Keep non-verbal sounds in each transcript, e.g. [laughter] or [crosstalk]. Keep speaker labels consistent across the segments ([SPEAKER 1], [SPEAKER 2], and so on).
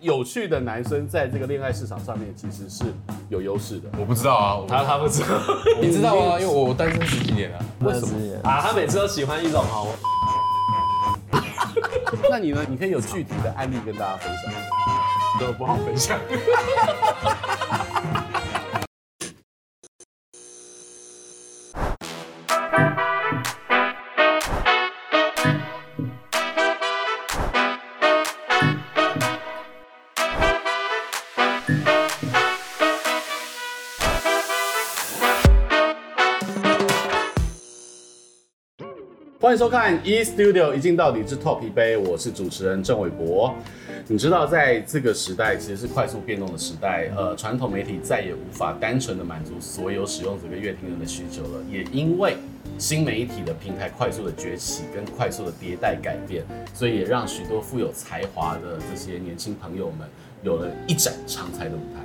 [SPEAKER 1] 有趣的男生在这个恋爱市场上面其实是有优势的。
[SPEAKER 2] 我不知道啊，我
[SPEAKER 3] 他他不知道，
[SPEAKER 2] 你知道啊？因为我单身十几年了、
[SPEAKER 1] 为什么？
[SPEAKER 3] 啊，他每次都喜欢一种好，
[SPEAKER 1] 那你呢？你可以有具体的案例跟大家分享。
[SPEAKER 2] 都不好分享。
[SPEAKER 1] 欢迎收看 E Studio 一镜到底之 Top 一杯，我是主持人郑伟博。你知道，在这个时代其实是快速变动的时代，呃，传统媒体再也无法单纯的满足所有使用者跟乐听人的需求了，也因为新媒体的平台快速的崛起跟快速的迭代改变，所以也让许多富有才华的这些年轻朋友们有了一展长才的舞台。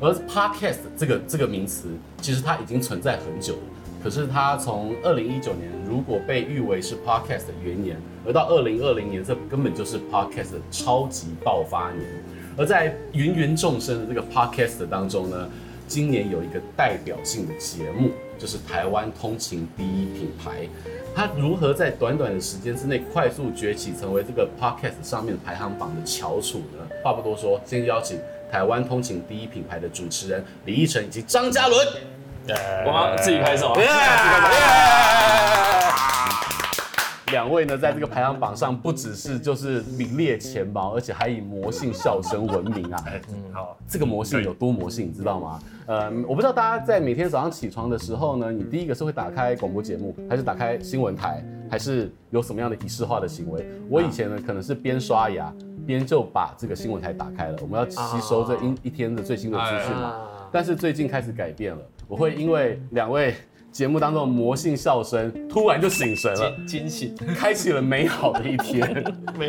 [SPEAKER 1] 而 podcast 这个这个名词，其实它已经存在很久了，可是它从二零一九年如果被誉为是 podcast 的元年，而到二零二零年，这根本就是 podcast 的超级爆发年。而在芸芸众生的这个 podcast 当中呢，今年有一个代表性的节目，就是台湾通勤第一品牌。它如何在短短的时间之内快速崛起，成为这个 podcast 上面排行榜的翘楚呢？话不多说，先邀请台湾通勤第一品牌的主持人李义成以及张嘉伦。
[SPEAKER 3] 我要自己拍手啊。
[SPEAKER 2] 哎
[SPEAKER 1] 两位呢，在这个排行榜上不只是就是名列前茅，而且还以魔性笑声闻名啊！
[SPEAKER 4] 好，
[SPEAKER 1] 这个魔性有多魔性，你知道吗？嗯，我不知道大家在每天早上起床的时候呢，你第一个是会打开广播节目，还是打开新闻台，还是有什么样的仪式化的行为？我以前呢，可能是边刷牙边就把这个新闻台打开了，我们要吸收这一一天的最新的资讯嘛。
[SPEAKER 3] 啊
[SPEAKER 1] 但是最近开始改变了，我会因为两位节目当中的魔性笑声，突然就醒神了。
[SPEAKER 3] 惊惊喜，
[SPEAKER 1] [laughs] 开启了美好的一
[SPEAKER 2] [laughs]
[SPEAKER 1] 天。
[SPEAKER 3] 没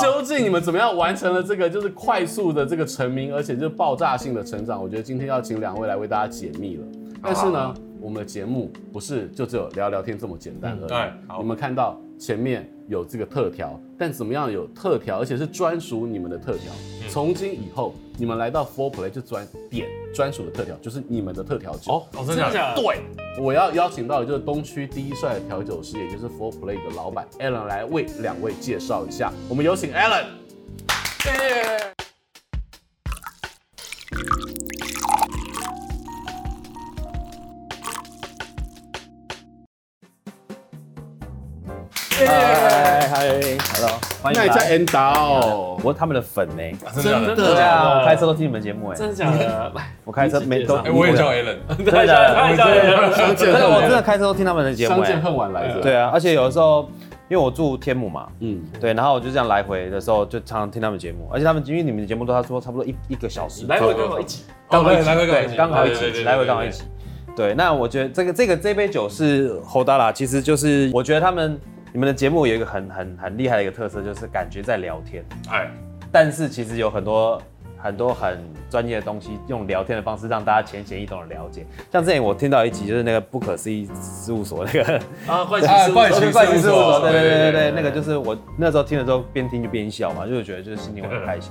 [SPEAKER 1] 究竟你们怎么样完成了这个就是快速的这个成名，而且就是爆炸性的成长？我觉得今天要请两位来为大家解密了。但是呢，我们的节目不是就只有聊聊天这么简单而已。
[SPEAKER 2] 嗯对好
[SPEAKER 1] 你们看到前面有这个特调，但怎么样有特调，而且是专属你们的特调。
[SPEAKER 2] 嗯
[SPEAKER 1] 从今以后，你们来到 Four Play 就专点专属的特调，就是你们的特调酒。
[SPEAKER 2] 哦，哦，真的假的？
[SPEAKER 1] 对，我要邀请到的就是东区第一帅的调酒师，也就是 Four Play 的老板 Alan 来为两位介绍一下。我们有请 Alan。
[SPEAKER 4] 嗨嗨，Hello，欢迎
[SPEAKER 1] 那你
[SPEAKER 4] 回
[SPEAKER 1] 叫
[SPEAKER 4] 来。
[SPEAKER 1] N [laughs] 导
[SPEAKER 4] 我是他们的粉呢、
[SPEAKER 2] 啊真的假
[SPEAKER 3] 真
[SPEAKER 2] 的？
[SPEAKER 3] 的
[SPEAKER 4] 对啊，我开
[SPEAKER 3] 开
[SPEAKER 4] 车都听你们节目哎、
[SPEAKER 3] 真的假 [laughs] 的？来，
[SPEAKER 4] 我开车每都
[SPEAKER 3] 你直接上
[SPEAKER 2] 哎，我也叫 Alan，
[SPEAKER 4] 对的，
[SPEAKER 3] 太吓人了
[SPEAKER 1] 相见
[SPEAKER 4] 真的我真
[SPEAKER 1] 恨
[SPEAKER 4] 的
[SPEAKER 1] 晚，
[SPEAKER 4] 开车都听他们的节目
[SPEAKER 1] 相
[SPEAKER 4] 哎、
[SPEAKER 1] 见恨晚来着。
[SPEAKER 4] 对，啊，而且有的时候因为我住天母嘛，
[SPEAKER 1] 嗯，
[SPEAKER 4] 对，然后我就这样来回的时候就常常听他们节目，而且他们因为你们的节目都他说差不多一一个小时，
[SPEAKER 3] 来回跟我一起，
[SPEAKER 2] 哦，
[SPEAKER 4] 好
[SPEAKER 2] 对，来回刚好一
[SPEAKER 4] 对，
[SPEAKER 2] 起，
[SPEAKER 4] 刚好一
[SPEAKER 2] 对对对
[SPEAKER 4] 起，
[SPEAKER 2] 对
[SPEAKER 4] 来回刚好一起。对，那我觉得这个这个这杯酒是侯达拉，其实就是我觉得他们你们的节目有一个很很很厉害的一个特色，就是感觉在聊天，
[SPEAKER 2] 哎，
[SPEAKER 4] 但是其实有很多很多很专业的东西，用聊天的方式让大家浅显易懂的了解。像之前我听到一集就是那个不可思议事务所那个
[SPEAKER 3] 啊，怪奇
[SPEAKER 2] 哎
[SPEAKER 3] 事务
[SPEAKER 2] 怪奇
[SPEAKER 3] 所
[SPEAKER 2] 怪奇事务所
[SPEAKER 4] 对对对对对，
[SPEAKER 2] 对
[SPEAKER 4] 那个就是我那时候听的时候边听就边笑嘛，就是觉得就是心情会很开心。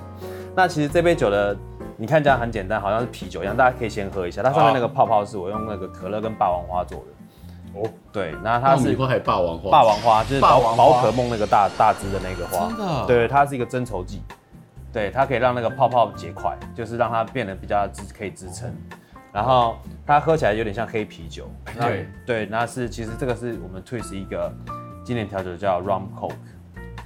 [SPEAKER 4] 那其实这杯酒的，你看这样很简单，好像是啤酒一样，大家可以先喝一下。它上面那个泡泡是我用那个可乐跟霸王花做的，
[SPEAKER 2] 哦，
[SPEAKER 4] 对，那它
[SPEAKER 1] 那我们以
[SPEAKER 4] 是
[SPEAKER 1] 后还霸王花。
[SPEAKER 4] 霸王花，就是
[SPEAKER 1] 霸
[SPEAKER 4] 宝
[SPEAKER 1] 王花
[SPEAKER 4] 宝可梦那个大大只的那个花，
[SPEAKER 2] 真的啊
[SPEAKER 4] 对，它是一个增稠剂，对，它可以让那个泡泡结块，就是让它变得比较支可以支撑。然后它喝起来有点像黑啤酒，
[SPEAKER 2] 哎
[SPEAKER 4] 那
[SPEAKER 1] 对
[SPEAKER 4] 对，那是其实这个是我们 Twist 一个经典调酒叫 Rum Coke，
[SPEAKER 2] 哦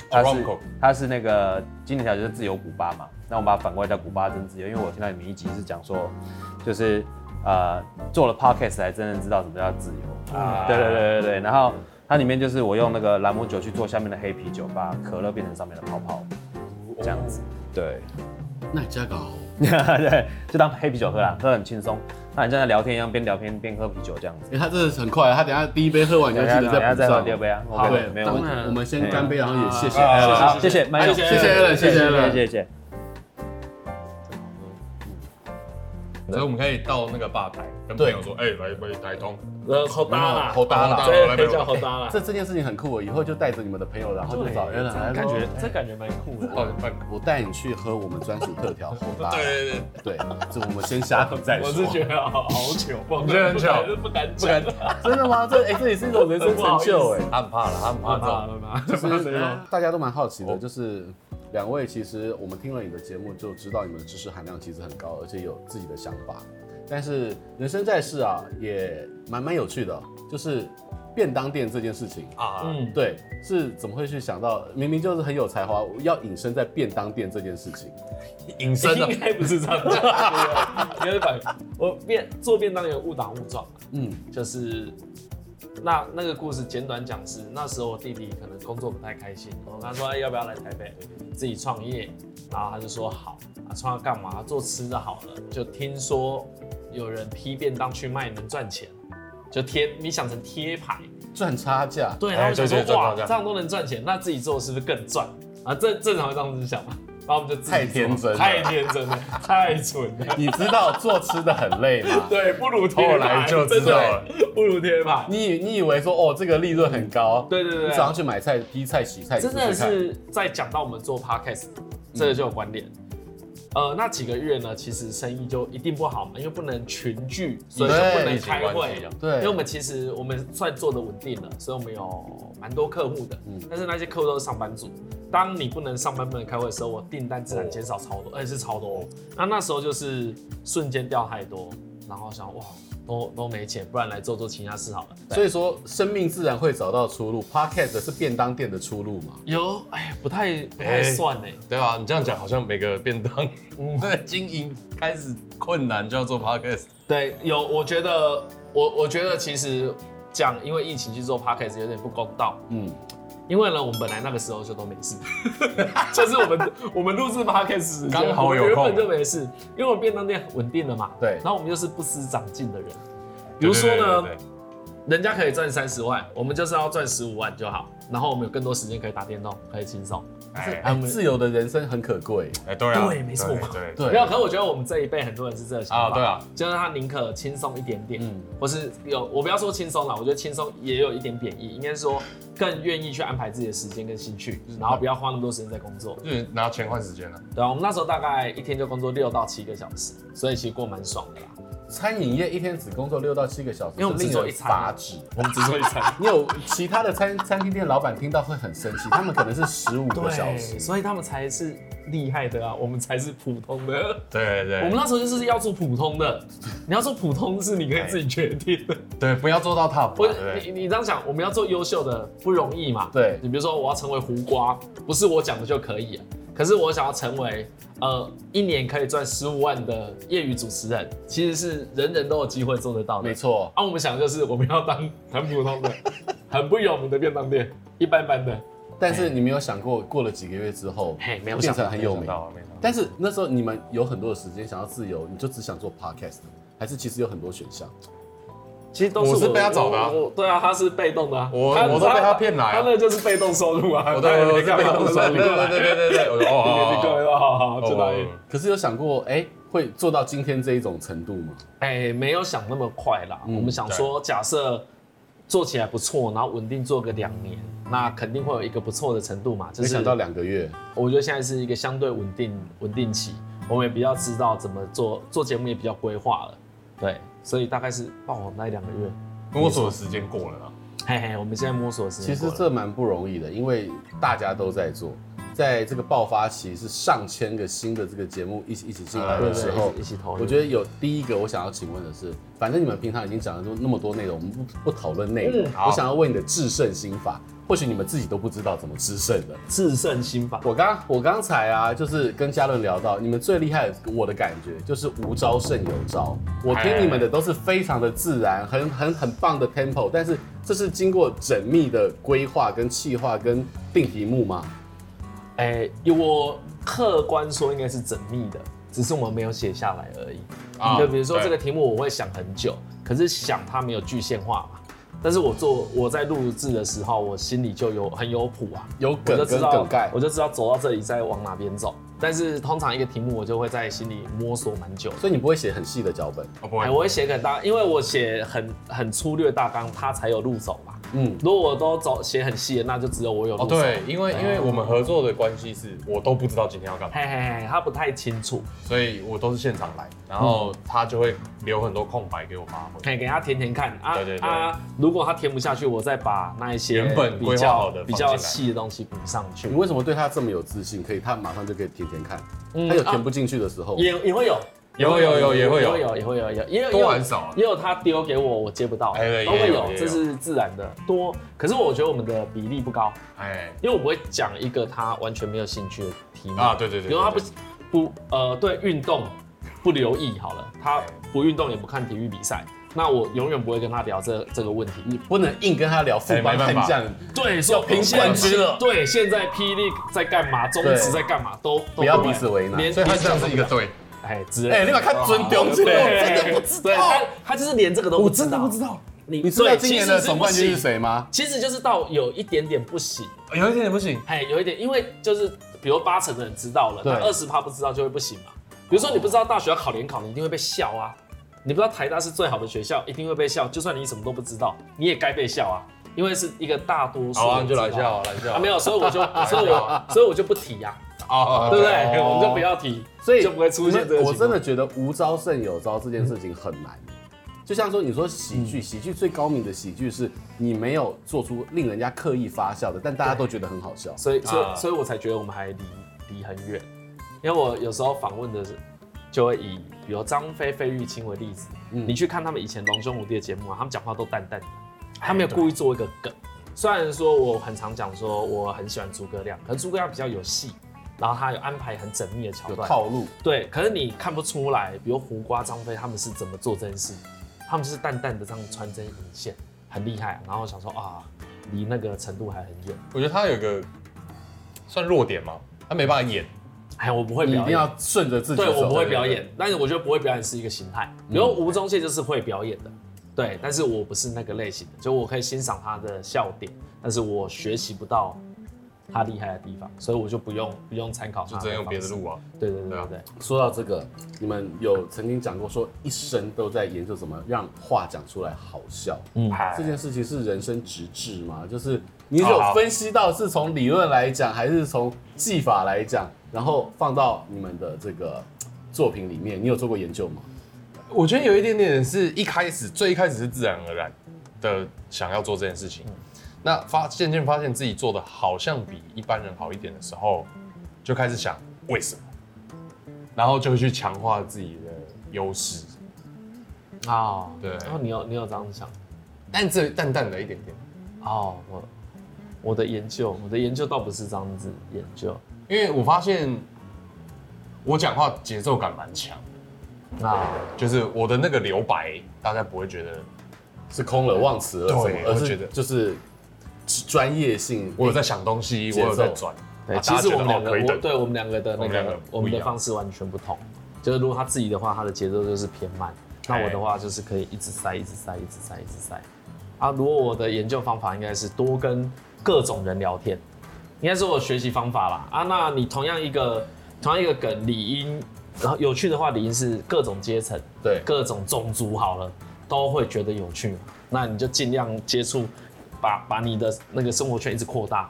[SPEAKER 4] 它是、
[SPEAKER 2] Rum Coke
[SPEAKER 4] 它是那个经典调酒是自由古巴嘛，那我们把它反过来叫古巴真自由，因为我听到你们一集是讲说，就是呃做了 podcast 才真正知道什么叫自由啊，对对对对对，然后它里面就是我用那个兰姆酒去做下面的黑啤酒，把可乐变成上面的泡泡，这样子，对。
[SPEAKER 1] 那你加搞。
[SPEAKER 4] [laughs] 对，就当黑啤酒喝啦，喝很轻松。那你像在聊天一样，边聊天边喝啤酒这样子。
[SPEAKER 1] 哎，他真的很快，他等一下第一杯喝完你就记得
[SPEAKER 4] 等一下
[SPEAKER 1] 再补
[SPEAKER 4] 再喝
[SPEAKER 1] 上。
[SPEAKER 4] 第二杯啊
[SPEAKER 1] 好，
[SPEAKER 4] OK，
[SPEAKER 1] 对，
[SPEAKER 4] 没有
[SPEAKER 1] 当
[SPEAKER 4] 问题
[SPEAKER 1] 然我们先干杯，然后也谢谢
[SPEAKER 2] 好
[SPEAKER 1] Alan。
[SPEAKER 4] 好，谢谢，慢用，
[SPEAKER 3] 谢
[SPEAKER 1] 谢谢 Alan，谢谢 Alan。
[SPEAKER 4] 谢谢。
[SPEAKER 2] 所以我们可以到那个吧台跟朋友说，哎，来杯台通，
[SPEAKER 3] 呃，好搭啦，
[SPEAKER 2] 好搭啦
[SPEAKER 3] 这可以叫好搭啦。
[SPEAKER 1] 这这件事情很酷，以后就带着你们的朋友，然后就找人来，
[SPEAKER 3] 感觉这感觉蛮酷的。
[SPEAKER 2] 到底办
[SPEAKER 1] 我带你去喝我们专属特
[SPEAKER 2] [laughs]
[SPEAKER 1] 调火吧。
[SPEAKER 2] 对对对，
[SPEAKER 1] 对，这我们先下头再说。
[SPEAKER 3] 我是觉得好糗，我
[SPEAKER 2] 你觉得很糗
[SPEAKER 3] 不敢
[SPEAKER 2] 不
[SPEAKER 3] 讲
[SPEAKER 2] 敢，
[SPEAKER 1] 真的吗？这哎、这也是一种人生成就哎、
[SPEAKER 2] 他很怕了，他很怕这
[SPEAKER 3] 怕怕
[SPEAKER 2] 种。
[SPEAKER 3] 了吗？哦
[SPEAKER 1] 就是 [laughs] 大家都蛮好奇的，就是两位其实我们听了你的节目就知道你们的知识含量其实很高，而且有自己的想法。但是人生在世啊，也蛮蛮有趣的，就是便当店这件事情。
[SPEAKER 2] 啊，
[SPEAKER 3] 嗯，
[SPEAKER 1] 对，是怎么会去想到呃明明就是很有才华，要隐身在便当店这件事情？
[SPEAKER 2] 隐身
[SPEAKER 3] [laughs]
[SPEAKER 2] 的
[SPEAKER 3] 应该不是这样子，应该是反我便做便当有误打误撞，
[SPEAKER 1] 嗯，
[SPEAKER 3] 就是那那个故事简短讲是，那时候我弟弟可能工作不太开心，我跟他说、哎要不要来台北自己创业，然后他就说好，啊创业干嘛？做吃的好了，就听说有人批便当去卖能赚钱，就贴你想成贴牌，
[SPEAKER 1] 赚差价。
[SPEAKER 3] 对，
[SPEAKER 2] 哎
[SPEAKER 3] 然后就
[SPEAKER 2] 对
[SPEAKER 3] 说
[SPEAKER 2] 对赚
[SPEAKER 3] 哇
[SPEAKER 2] 赚赚
[SPEAKER 3] 这样都能赚钱，那自己做是不是更赚？啊，正正常会这样子想嘛，然后我们就自己
[SPEAKER 1] 太
[SPEAKER 3] 做
[SPEAKER 1] 天真了
[SPEAKER 3] 太天真了，太蠢了。 [laughs]
[SPEAKER 1] 你知道做吃的很累吗？
[SPEAKER 3] 对，不如贴牌
[SPEAKER 2] 后来就知道了，，
[SPEAKER 3] 真的不如贴牌。
[SPEAKER 1] 你你以为说哦这个利润很高，
[SPEAKER 3] 对对对对
[SPEAKER 1] 你早上去买菜、批菜、洗菜，
[SPEAKER 3] 真
[SPEAKER 1] 你试
[SPEAKER 3] 的
[SPEAKER 1] 试看
[SPEAKER 3] 是在讲到我们做 podcast，这个就有关联。
[SPEAKER 2] 嗯
[SPEAKER 3] 呃，那几个月呢，其实生意就一定不好嘛，因为不能群聚，所以就不能开
[SPEAKER 2] 疫情关
[SPEAKER 3] 会
[SPEAKER 2] 系啊。
[SPEAKER 1] 对
[SPEAKER 3] 因为我们其实我们算做的稳定了，所以我们有蛮多客户的，
[SPEAKER 1] 嗯
[SPEAKER 3] 但是那些客户都是上班族。当你不能上班、不能开会的时候，我订单自然减少超
[SPEAKER 2] 哦
[SPEAKER 3] 多，而且是超多。哦那那时候就是瞬间掉太多，然后想哇，都都没钱，不然来做做其他事好了。
[SPEAKER 1] 所以说，生命自然会找到出路。Podcast 是便当店的出路嘛？
[SPEAKER 3] 有哎，不太不太
[SPEAKER 2] 哎
[SPEAKER 3] 算哎、
[SPEAKER 2] 对啊，你这样讲好像每个便当对 [laughs] 经营开始困难就要做 podcast，
[SPEAKER 3] 对，有，我觉得，我我觉得其实讲因为疫情去做 podcast 有点不公道，
[SPEAKER 1] 嗯，
[SPEAKER 3] 因为呢，我们本来那个时候就都没
[SPEAKER 2] [laughs]
[SPEAKER 3] 事，就是我们我们录制 podcast 时间
[SPEAKER 2] 刚好有空
[SPEAKER 3] 我们原本就没事，因为我们便当店稳定了嘛，
[SPEAKER 1] 对
[SPEAKER 3] 然后我们又是不思长进的人，比如说呢，
[SPEAKER 2] 对对对对
[SPEAKER 3] 人家可以赚三十万，我们就是要赚十五万就好，然后我们有更多时间可以打电动，可以轻松，
[SPEAKER 2] 哎
[SPEAKER 1] 哎，自由的人生很可贵。
[SPEAKER 2] 哎，对啊，
[SPEAKER 3] 对没错
[SPEAKER 2] 对对
[SPEAKER 1] 对
[SPEAKER 3] 没有，可是我觉得我们这一辈很多人是这个想法。
[SPEAKER 2] 啊对啊，
[SPEAKER 3] 就是他宁可轻松一点点，
[SPEAKER 1] 嗯
[SPEAKER 3] 或是有我不要说轻松啦，我觉得轻松也有一点贬义，应该说更愿意去安排自己的时间跟兴趣，
[SPEAKER 1] 嗯
[SPEAKER 3] 然后不要花那么多时间在工作。
[SPEAKER 2] 就是拿钱换时间了。
[SPEAKER 3] 对啊，我们那时候大概一天就工作六到七个小时，所以其实过蛮爽的啦。
[SPEAKER 1] [laughs] 餐饮业一天只工作六到七个小时，
[SPEAKER 3] 因为我们
[SPEAKER 1] 是
[SPEAKER 3] 只
[SPEAKER 1] 令
[SPEAKER 3] 做一
[SPEAKER 1] 人
[SPEAKER 3] 餐
[SPEAKER 1] 发指。
[SPEAKER 3] 我们只做一餐，
[SPEAKER 1] 你有其他的餐餐厅店老板听到会很生气，他们可能是十五个小时。
[SPEAKER 3] 所以他们才是厉害的啊，我们才是普通的。
[SPEAKER 2] 对对对，
[SPEAKER 3] 我们那时候就是要做普通的，你要做普通是你可以自己决定的。
[SPEAKER 2] 对不要做到 top，
[SPEAKER 3] 不
[SPEAKER 2] 嘛对不，对
[SPEAKER 3] 你你这样想，我们要做优秀的不容易嘛？
[SPEAKER 1] 对
[SPEAKER 3] 你比如说我要成为胡瓜，不是我讲的就可以了。可是我想要成为呃一年可以赚十五万的业余主持人，其实是人人都有机会做得到的。
[SPEAKER 1] 没。错，
[SPEAKER 3] 啊，我们想的就是我们要当很普通的、很不有名的便当店，一般般的。
[SPEAKER 1] 但是你没有想过，过了几个月之后，
[SPEAKER 3] 嘿没有
[SPEAKER 1] 哎变
[SPEAKER 3] 想
[SPEAKER 1] 成
[SPEAKER 3] 到
[SPEAKER 1] 很有名。
[SPEAKER 2] 到没想到
[SPEAKER 1] 但是那时候你们有很多的时间想要自由，你就只想做 podcast，还是其实有很多选项？
[SPEAKER 3] 其实都
[SPEAKER 2] 我
[SPEAKER 3] 是
[SPEAKER 2] 是被他找的啊
[SPEAKER 3] 我我对啊，他是被动的、啊，
[SPEAKER 2] 我我都被他骗来啊
[SPEAKER 3] 他那就是被动收入啊，
[SPEAKER 2] 我对我
[SPEAKER 3] 他
[SPEAKER 2] 是被动收入，
[SPEAKER 3] 你过
[SPEAKER 2] 对
[SPEAKER 3] 来
[SPEAKER 2] 对对对对，我说哦
[SPEAKER 3] 你过
[SPEAKER 2] 哦
[SPEAKER 3] 来，好好好，
[SPEAKER 2] 哦，
[SPEAKER 3] 就答应。
[SPEAKER 2] 哦
[SPEAKER 1] 可是有想过，哎、会做到今天这一种程度吗？
[SPEAKER 3] 哎，没有想那么快啦。
[SPEAKER 1] 嗯
[SPEAKER 3] 我们想说，假设做起来不错，然后稳定做个两年，那肯定会有一个不错的程度嘛。就
[SPEAKER 1] 嗯没
[SPEAKER 3] 是
[SPEAKER 1] 想到两个月，
[SPEAKER 3] 我觉得现在是一个相对稳定稳定期，我们也比较知道怎么做，做节目也比较规划了。对，所以大概是哦那两个月，
[SPEAKER 2] 摸索的时间过了啊，
[SPEAKER 3] 嘿嘿，我们现在摸索的时
[SPEAKER 1] 其
[SPEAKER 3] 间过
[SPEAKER 1] 实
[SPEAKER 3] 了。
[SPEAKER 1] 这蛮不容易的，因为大家都在做，在这个爆发期是上千个新的这个节目一起一起进来
[SPEAKER 2] 对
[SPEAKER 1] 的
[SPEAKER 3] 啊对
[SPEAKER 1] 时候
[SPEAKER 3] 一起一起投入
[SPEAKER 1] 我觉得有第一个我想要请问的是，反正你们平常已经讲了那么多内容，我们不不讨论内容
[SPEAKER 3] 嗯，
[SPEAKER 1] 我想要问你的制胜心法，或许你们自己都不知道怎么制胜的。
[SPEAKER 3] 制胜心法，
[SPEAKER 1] 我刚我刚才啊，就是跟嘉伦聊到，你们最厉害的，我的感觉就是无招胜有招。我听你们的都是非常的自然，很很很棒的 tempo，但是这是经过缜密的规划、跟企划、跟定题目吗？
[SPEAKER 3] 哎，我客观说应该是缜密的，只是我们没有写下来而已。
[SPEAKER 2] 啊
[SPEAKER 3] 就比如说这个
[SPEAKER 2] 对
[SPEAKER 3] 题目，我会想很久，可是想它没有具现化嘛。但是我做我在录制的时候，我心里就有很有谱啊，
[SPEAKER 1] 有
[SPEAKER 3] 我
[SPEAKER 1] 梗
[SPEAKER 3] 就
[SPEAKER 1] 跟
[SPEAKER 3] 知道
[SPEAKER 1] 梗概
[SPEAKER 3] 我，就知道走到这里再往哪边走。但是通常一个题目我就会在心里摸索蛮久的。
[SPEAKER 1] 所以你不会写很细的脚本，
[SPEAKER 2] 我不
[SPEAKER 3] 哎，
[SPEAKER 2] 会，
[SPEAKER 3] 我会写个大，因为我写很很粗略大纲，它才有路走嘛。
[SPEAKER 1] 嗯，
[SPEAKER 3] 如果我都走写很细的，那就只有我有路
[SPEAKER 2] 哦
[SPEAKER 3] 走。
[SPEAKER 2] 对，因为因为我们合作的关系是我都不知道今天要干嘛，
[SPEAKER 3] 嘿嘿嘿，他不太清楚，
[SPEAKER 2] 所以我都是现场来，然后他就会留很多空白给我发挥。
[SPEAKER 3] 可以给他填填看啊。
[SPEAKER 2] 对对对
[SPEAKER 3] 啊，如果他填不下去，我再把那一些
[SPEAKER 2] 原本
[SPEAKER 3] 比
[SPEAKER 2] 规划
[SPEAKER 3] 较
[SPEAKER 2] 好的放
[SPEAKER 3] 比
[SPEAKER 2] 进
[SPEAKER 3] 较
[SPEAKER 2] 来嗯
[SPEAKER 3] 细的东西补上去
[SPEAKER 1] 你。为什么对他这么有自信？可以，他马上就可以填填看。
[SPEAKER 3] 嗯啊
[SPEAKER 1] 他有填不进去的时候，
[SPEAKER 3] 也也会有，
[SPEAKER 2] 有有有也会有
[SPEAKER 3] 也有，也会有，也有也有
[SPEAKER 2] 多很少啊
[SPEAKER 3] 也有他丢给我，我接不到，
[SPEAKER 2] 哎对
[SPEAKER 3] 都会
[SPEAKER 2] 也有
[SPEAKER 3] 有
[SPEAKER 2] 也，有
[SPEAKER 3] 这是自然的多。可是我觉得我们的比例不高，
[SPEAKER 2] 哎
[SPEAKER 3] 因为我不会讲一个他完全没有兴趣的题目
[SPEAKER 2] 啊，对对对，
[SPEAKER 3] 比如他不
[SPEAKER 2] 对
[SPEAKER 3] 不呃对运动不留意好了，他不运动也不看体育比赛，那我永远不会跟他聊这这个问题。
[SPEAKER 1] 你不能硬跟他聊富邦
[SPEAKER 2] 哎没办
[SPEAKER 1] 悍
[SPEAKER 2] 法
[SPEAKER 1] 将，
[SPEAKER 3] 对，说
[SPEAKER 1] 拼
[SPEAKER 3] 现在
[SPEAKER 1] 冠军了
[SPEAKER 3] 对，现在霹雳在干嘛，中
[SPEAKER 1] 对
[SPEAKER 3] 职在干嘛，都都
[SPEAKER 1] 不要
[SPEAKER 3] 会
[SPEAKER 1] 彼此为难
[SPEAKER 3] 连
[SPEAKER 2] 所以他
[SPEAKER 3] 连
[SPEAKER 2] 这样是一个对，
[SPEAKER 3] 哎之
[SPEAKER 1] 哎，
[SPEAKER 3] 类
[SPEAKER 1] 你
[SPEAKER 3] 的。
[SPEAKER 1] [laughs] 把看尊重这个，我真的不知
[SPEAKER 3] 对
[SPEAKER 1] 道
[SPEAKER 3] 他，他就是连这个都不知道。
[SPEAKER 1] 道。
[SPEAKER 3] 你
[SPEAKER 1] 你知道
[SPEAKER 3] 对
[SPEAKER 1] 今
[SPEAKER 3] 其
[SPEAKER 1] 年
[SPEAKER 3] 实
[SPEAKER 1] 的
[SPEAKER 3] 是
[SPEAKER 1] 总
[SPEAKER 3] 不
[SPEAKER 1] 冠军是
[SPEAKER 3] 行
[SPEAKER 1] 谁吗？
[SPEAKER 3] 其实就是到有一点点不行，
[SPEAKER 2] 有一点点不行，
[SPEAKER 3] 哎，有一点，因为就是比如八成的人知道了，
[SPEAKER 1] 对
[SPEAKER 3] 那二十趴不知道就会不行嘛。比如说你不知道大学要考联考，你一定会被笑啊。你不知道台大是最好的学校，一定会被笑。就算你什么都不知道，你也该被笑啊，因为是一个大多数。
[SPEAKER 2] 好啊，你就来笑啊，来笑
[SPEAKER 3] 啊，没有，所以我就，所以
[SPEAKER 1] [laughs]
[SPEAKER 3] 我，所以我就不提呀、
[SPEAKER 2] 啊，
[SPEAKER 3] 啊，对不对？
[SPEAKER 2] 哦
[SPEAKER 3] [laughs] 我们就不要提，
[SPEAKER 1] 所以
[SPEAKER 3] 就不会出现这个情况
[SPEAKER 1] 我真的觉得无招胜有招这件事情很难。就像说，你说喜
[SPEAKER 3] 嗯
[SPEAKER 1] 剧，喜剧最高明的喜剧是你没有做出令人家刻意发笑的，但大家都觉得很好笑。
[SPEAKER 3] 所以，所
[SPEAKER 2] 啊
[SPEAKER 3] 以，所以我才觉得我们还离离很远，因为我有时候访问的是，就会以比如张飞、费玉清为例子，
[SPEAKER 1] 嗯
[SPEAKER 3] 你去看他们以前龙兄虎弟的节目啊，他们讲话都淡淡的，他
[SPEAKER 1] 哎
[SPEAKER 3] 没有故意做一个梗。虽然说我很常讲说我很喜欢诸葛亮，可是诸葛亮比较有戏，然后他有安排很缜密的桥
[SPEAKER 1] 有
[SPEAKER 3] 段，
[SPEAKER 1] 套路，
[SPEAKER 3] 对，可是你看不出来，比如胡瓜、张飞他们是怎么做这件事，他们就是淡淡的这样穿针引线，很厉害啊、然后我想说啊，离那个程度还很远。
[SPEAKER 2] 我觉得他有个算弱点嘛，他没办法演，
[SPEAKER 3] 哎，我不会
[SPEAKER 1] 你一
[SPEAKER 3] 表演，
[SPEAKER 1] 定要顺着自己
[SPEAKER 3] 对
[SPEAKER 1] 走。
[SPEAKER 3] 我不会表演，但是我觉得不会表演是一个形态。
[SPEAKER 2] 嗯
[SPEAKER 3] 比如吴宗宪就是会表演的，对，但是我不是那个类型的，就我可以欣赏他的笑点，但是我学习不到他厉害的地方，所以我就不用不用参考
[SPEAKER 2] 就
[SPEAKER 3] 他
[SPEAKER 2] 只能用别的路
[SPEAKER 3] 啊。
[SPEAKER 2] 啊。
[SPEAKER 3] 对对
[SPEAKER 2] 对
[SPEAKER 3] 对对
[SPEAKER 2] 啊
[SPEAKER 3] 对，
[SPEAKER 1] 说到这个，你们有曾经讲过说一生都在研究怎么让话讲出来好笑，
[SPEAKER 3] 嗯，
[SPEAKER 1] 这件事情是人生直至吗？就是你有分析到是从理论来讲，还是从技法来讲，然后放到你们的这个作品里面，你有做过研究吗？
[SPEAKER 2] 我觉得有一点点是一开始最一开始是自然而然的想要做这件事
[SPEAKER 1] 嗯
[SPEAKER 2] 情，那发渐渐发现自己做的好像比一般人好一点的时候，就开始想为什么，然后就会去强化自己的优势，
[SPEAKER 3] 哦，
[SPEAKER 2] 对
[SPEAKER 3] 哦，你有你有这样想，
[SPEAKER 2] 但这淡淡的一点点，
[SPEAKER 3] 哦，我我的研究，我的研究倒不是这样子研究，
[SPEAKER 2] 因为我发现我讲话节奏感蛮强的，啊
[SPEAKER 3] 那
[SPEAKER 2] 就是我的那个留白，大家不会觉得
[SPEAKER 1] 是空了忘词了什么
[SPEAKER 2] 对，
[SPEAKER 1] 而
[SPEAKER 2] 我
[SPEAKER 1] 是
[SPEAKER 2] 觉得
[SPEAKER 1] 就是专业性。
[SPEAKER 2] 我有在想东西，我有在转，
[SPEAKER 3] 对，
[SPEAKER 2] 啊
[SPEAKER 3] 其实我们两个，
[SPEAKER 2] 大家觉得哦可以
[SPEAKER 3] 我
[SPEAKER 2] 等
[SPEAKER 3] 对我们两个的那
[SPEAKER 2] 我们两
[SPEAKER 3] 个
[SPEAKER 2] 个
[SPEAKER 3] 我
[SPEAKER 2] 不
[SPEAKER 3] 们
[SPEAKER 2] 一样
[SPEAKER 3] 的方式完全不同。就是如果他自己的话，他的节奏就是偏慢；那我的话就是可以一直塞，一直塞，一直塞，一直塞。啊，如果我的研究方法应该是多跟各种人聊天，应该是我学习方法啦。啊，那你同样一个同样一个梗，理应然后有趣的话，理应是各种阶层，
[SPEAKER 1] 对
[SPEAKER 3] 各种种族好了，都会觉得有趣嘛。那你就尽量接触，把把你的那个生活圈一直扩大。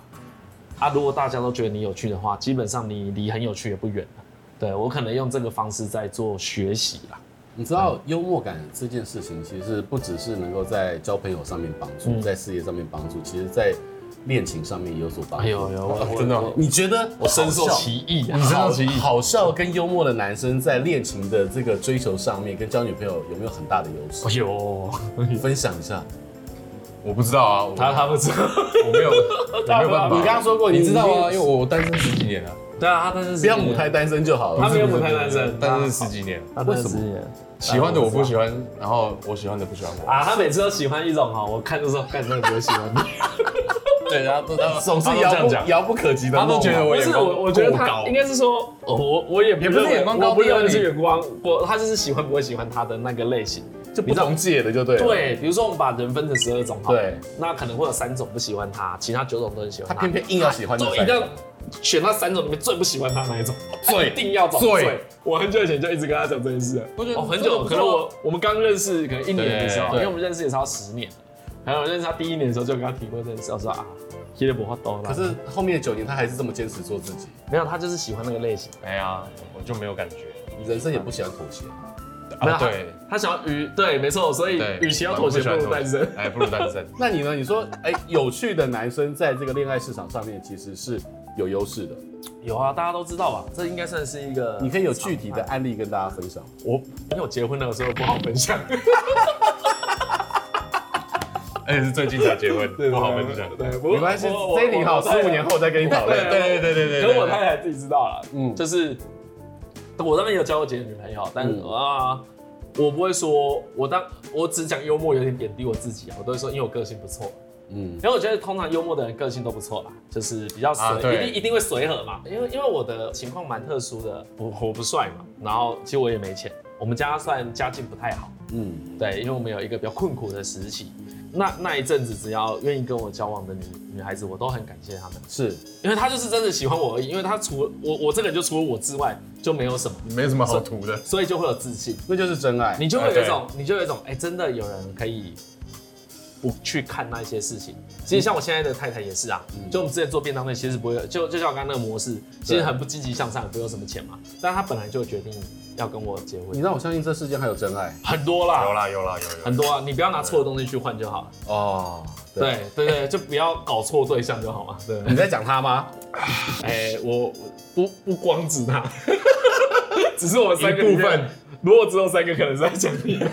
[SPEAKER 3] 啊，如果大家都觉得你有趣的话，基本上你离很有趣也不远了。对我可能用这个方式在做学习啦。
[SPEAKER 1] 你知道幽默感这件事情，其实不只是能够在交朋友上面帮助，
[SPEAKER 3] 嗯
[SPEAKER 1] 在事业上面帮助，其实在恋情上面也有所帮助。
[SPEAKER 3] 哎呦呦，我
[SPEAKER 2] 真的哦
[SPEAKER 1] 你觉得
[SPEAKER 3] 我深受其
[SPEAKER 2] [laughs]
[SPEAKER 3] 益啊！
[SPEAKER 1] 你知道好笑跟幽默的男生在恋情的这个追求上面，跟交女朋友有没有很大的优势
[SPEAKER 2] [laughs]
[SPEAKER 3] 哎？呦，
[SPEAKER 1] 分享一下。
[SPEAKER 2] 我不知道啊，我
[SPEAKER 3] [laughs] 他他不知道，
[SPEAKER 2] 我没有，
[SPEAKER 3] [laughs]
[SPEAKER 2] 我没有办法。
[SPEAKER 1] 你刚刚说过，
[SPEAKER 2] 你知道啊，
[SPEAKER 1] 为
[SPEAKER 2] 因为我单身十几年了，
[SPEAKER 3] 对啊，他但是
[SPEAKER 1] 不要母胎，单身就好
[SPEAKER 3] 他
[SPEAKER 1] 了。
[SPEAKER 3] 没有母胎单
[SPEAKER 2] [laughs]
[SPEAKER 3] 身，
[SPEAKER 2] 单身十几年，
[SPEAKER 3] 他为什么
[SPEAKER 2] 喜欢的我不喜欢，然后我喜欢的不喜欢我，
[SPEAKER 3] 啊？他每次都喜欢一种哈，我看就说干这个不会喜欢你。
[SPEAKER 2] 对，然后 [laughs] 都
[SPEAKER 1] 总是
[SPEAKER 2] 他都这
[SPEAKER 1] 遥
[SPEAKER 2] 样
[SPEAKER 1] 不
[SPEAKER 2] 讲，
[SPEAKER 1] 遥不可及的梦嘛。
[SPEAKER 2] 他都觉得
[SPEAKER 3] 不
[SPEAKER 2] 我眼
[SPEAKER 3] 是
[SPEAKER 2] 光
[SPEAKER 3] 我，我觉得
[SPEAKER 2] 够
[SPEAKER 3] 他
[SPEAKER 2] 高
[SPEAKER 3] 应该是说，哦我我也
[SPEAKER 2] 也不是
[SPEAKER 3] 认为
[SPEAKER 2] 眼光高
[SPEAKER 3] 我不认为
[SPEAKER 2] 不是
[SPEAKER 3] 是
[SPEAKER 2] 你
[SPEAKER 3] 眼光，我他就是喜欢不会喜欢他的那个类型。
[SPEAKER 1] 就不同界的就对了。，
[SPEAKER 2] 啊
[SPEAKER 3] 对，比如说我们把人分成十二种，
[SPEAKER 1] 对，
[SPEAKER 3] 那可能会有三种不喜欢他，其他九种都很喜欢
[SPEAKER 1] 他
[SPEAKER 3] 他
[SPEAKER 1] 偏。偏硬要喜欢
[SPEAKER 3] 就
[SPEAKER 1] 你
[SPEAKER 3] 一定
[SPEAKER 1] 才。
[SPEAKER 3] 要选那三种里面最不喜欢他哪一种？
[SPEAKER 2] 最
[SPEAKER 3] 一定要找
[SPEAKER 2] 最
[SPEAKER 3] 最。我很久以前就一直跟他讲这件事了，
[SPEAKER 4] 我觉得
[SPEAKER 3] 哦很
[SPEAKER 4] 这个
[SPEAKER 3] 久，
[SPEAKER 4] 不
[SPEAKER 3] 可
[SPEAKER 4] 错啊
[SPEAKER 3] 能我我们刚认识可能一年的时候，
[SPEAKER 2] 对
[SPEAKER 3] 因为我们认识也超十年了，然后我认识他第一年的时候就跟他提过这件事，我说啊，其实不话多啦。
[SPEAKER 1] 可是后面的九年，他还是这么坚持做自己，
[SPEAKER 3] 没有，他就是喜欢那个类型，
[SPEAKER 2] 哎呀，我就没有感觉。
[SPEAKER 1] 你人生也不喜欢妥协。
[SPEAKER 3] 没有
[SPEAKER 2] 啊，对
[SPEAKER 3] 他想要与对，没错，所以
[SPEAKER 2] 对，
[SPEAKER 3] 与其要妥协，不如单身。
[SPEAKER 2] 哎，不如单身。
[SPEAKER 1] 那你呢？你说，哎、有趣的男生在这个恋爱市场上面其实是有优势的。
[SPEAKER 3] 有啊，大家都知道吧？这应该算是一个，
[SPEAKER 1] 你可以有具体的案例跟大家分享。
[SPEAKER 3] [laughs] 我，因为我结婚那个时候不好分享，
[SPEAKER 2] 而哎且是最近才结婚，不好分享。
[SPEAKER 3] 对，
[SPEAKER 1] 没关系，这一题好，十五年后再跟你讨
[SPEAKER 2] 对
[SPEAKER 1] 论。
[SPEAKER 2] 对对对对对。
[SPEAKER 3] 可我
[SPEAKER 2] 对
[SPEAKER 3] 太太自己知道了，
[SPEAKER 1] 嗯
[SPEAKER 3] 嗯，就是我当然有交过几个女朋友，但
[SPEAKER 1] 嗯
[SPEAKER 3] 啊、我不会说，我当我只讲幽默有点贬低我自己啊，我都会说，因为我个性不错，
[SPEAKER 1] 嗯，
[SPEAKER 3] 因为我觉得通常幽默的人个性都不错啦，就是比较随，
[SPEAKER 2] 啊对
[SPEAKER 3] 一定一定会随和嘛。因为因为我的情况蛮特殊的，我我不帅嘛，然后其实我也没钱，我们家算家境不太好，
[SPEAKER 1] 嗯，
[SPEAKER 3] 对，因为我们有一个比较困苦的时期。那那一阵子，只要愿意跟我交往的女女孩子，我都很感谢她们。
[SPEAKER 1] 是
[SPEAKER 3] 因为他就是真的喜欢我而已，因为他除了我我这个人就除了我之外就没有什么，
[SPEAKER 2] 没什么好涂的。
[SPEAKER 3] 所以就会有自信，
[SPEAKER 1] 那就是真爱。
[SPEAKER 3] 你就会有一种，你就有一种，哎、真的有人可以不去看那些事情。其实像我现在的太太也是啊，就我们之前做便当店，其实不会有，就就像我刚刚那个模式，其实很不积极向上，不用什么钱嘛，但他本来就决定要跟我结
[SPEAKER 1] 你
[SPEAKER 3] 婚，
[SPEAKER 1] 让我相信这世间还有真爱
[SPEAKER 3] 很多
[SPEAKER 2] 有
[SPEAKER 3] 啦，
[SPEAKER 2] 啦有啦有有。
[SPEAKER 3] 很多啊，你不要拿错的东西去换就好了，
[SPEAKER 1] 哦。
[SPEAKER 3] 对啊对对，就不要搞错对象就好嘛，对。
[SPEAKER 1] 你在讲他吗？
[SPEAKER 3] 哎、我我不不光指他， [laughs] 只是我们三个
[SPEAKER 2] 一部
[SPEAKER 3] 里面
[SPEAKER 2] 分。
[SPEAKER 3] 如果只有三个，可能是在讲你、啊。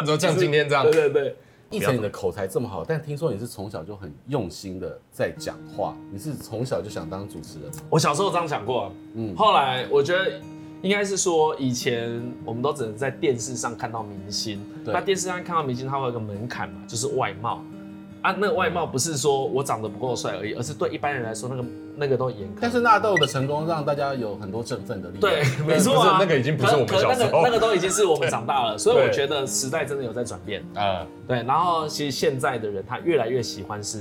[SPEAKER 2] 你说像今天这样
[SPEAKER 3] 对，对对，
[SPEAKER 1] 一成，你的口才这么好，但听说你是从小就很用心的在讲话，你是从小就想当主持人吗？
[SPEAKER 3] 我小时候这样讲过、啊，
[SPEAKER 1] 嗯
[SPEAKER 3] 嗯，后来我觉得应该是说，以前我们都只能在电视上看到明星，
[SPEAKER 1] 对
[SPEAKER 3] 那电视上看到明星，它会有一个门槛嘛，就是外貌。啊，那个外
[SPEAKER 2] 嗯
[SPEAKER 3] 貌不是说我长得不够帅而已，而是对一般人来说，那个那个都严苛。
[SPEAKER 1] 但是纳豆的成功让大家有很多振奋的力量。
[SPEAKER 3] 对，没错啊，
[SPEAKER 2] 不是那个已经不是我们
[SPEAKER 3] 可可
[SPEAKER 2] 小时候
[SPEAKER 3] 那个那个都已经是我们长大了，所以我
[SPEAKER 2] 对
[SPEAKER 3] 觉得时代真的有在转变。
[SPEAKER 2] 啊，
[SPEAKER 3] 对，然后其实现在的人他越来越喜欢是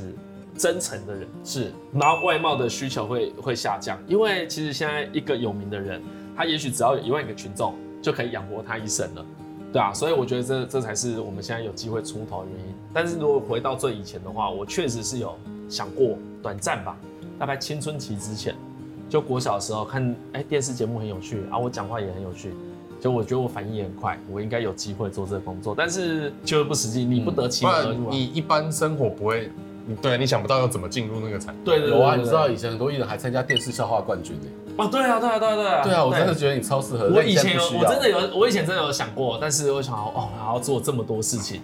[SPEAKER 3] 真诚的人，
[SPEAKER 1] 是
[SPEAKER 3] 然后外貌的需求会会下降，因为其实现在一个有名的人，他也许只要有一万个群众就可以养活他一生了，对啊，所以我觉得这这才是我们现在有机会出头的原因。但是如果回到最以前的话，我确实是有想过短暂吧，大概青春期之前，就国小的时候看哎电视节目很有趣啊，我讲话也很有趣。就我觉得我反应也很快，我应该有机会做这个工作，但是就是不实际，你不得其
[SPEAKER 2] 嗯不
[SPEAKER 3] 门而
[SPEAKER 2] 然
[SPEAKER 3] 入啊。
[SPEAKER 2] 你一般生活不会，你对你想不到要怎么进入那个产业。
[SPEAKER 3] 对对对
[SPEAKER 1] 有啊，
[SPEAKER 3] 对
[SPEAKER 1] 你
[SPEAKER 3] 对
[SPEAKER 1] 知道以前很多艺人还参加电视笑话冠军呢。
[SPEAKER 3] 哦，对啊，对啊，对啊，对啊，
[SPEAKER 1] 对啊，我真的
[SPEAKER 3] 对。
[SPEAKER 1] 觉得你超适合。
[SPEAKER 3] 我以前有
[SPEAKER 1] 但，你现
[SPEAKER 3] 我
[SPEAKER 1] 在
[SPEAKER 3] 真
[SPEAKER 1] 不需
[SPEAKER 3] 的有，我以前真的有想过，但是我想要，哦，还要做这么多事情，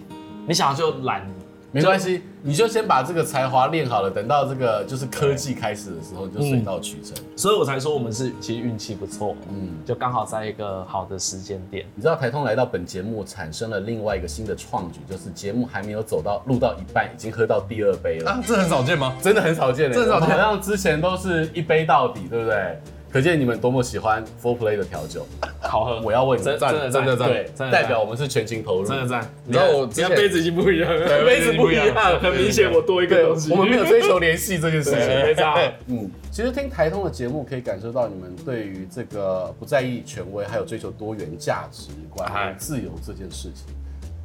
[SPEAKER 3] 你想要就懒，
[SPEAKER 1] 要没关系，你就先把这个才华练好了，等到这个就是科技开始的时候，你
[SPEAKER 3] 嗯
[SPEAKER 1] 就水到渠成。
[SPEAKER 3] 所以我才说我们是其实运气不错，
[SPEAKER 1] 嗯，
[SPEAKER 3] 就刚好在一个好的时间点。
[SPEAKER 1] 你知道台通来到本节目产生了另外一个新的创举，就是节目还没有走到录到一半，已经喝到第二杯了，
[SPEAKER 2] 啊，这很少见吗？
[SPEAKER 1] 真的很少见的。
[SPEAKER 2] 这很少见
[SPEAKER 1] 好像之前都是一杯到底，对不对？可见你们多么喜欢 Four Play 的调酒。
[SPEAKER 3] 好喝，
[SPEAKER 1] 我要问你，
[SPEAKER 3] 真
[SPEAKER 2] 赞
[SPEAKER 3] 真的
[SPEAKER 2] 真的赞
[SPEAKER 1] 对
[SPEAKER 3] 真，的
[SPEAKER 1] 代表我们是全情投入。
[SPEAKER 3] 真的赞。
[SPEAKER 2] 你知道我
[SPEAKER 3] 你
[SPEAKER 2] 之
[SPEAKER 3] 看
[SPEAKER 2] 前
[SPEAKER 3] 杯子已经不一样了，
[SPEAKER 2] 对
[SPEAKER 3] 杯子不
[SPEAKER 2] 杯子不
[SPEAKER 3] 一
[SPEAKER 2] 一
[SPEAKER 3] 样，
[SPEAKER 2] 样
[SPEAKER 3] 很明显我多一个
[SPEAKER 1] 对，
[SPEAKER 3] 东西。
[SPEAKER 1] 我们没有追求联系这件事情。
[SPEAKER 3] 对没错
[SPEAKER 1] 嗯，其实听台通的节目可以感受到你们对于这个不在意权威，还有追求多元价值观
[SPEAKER 2] 哎、
[SPEAKER 1] 自由这件事情。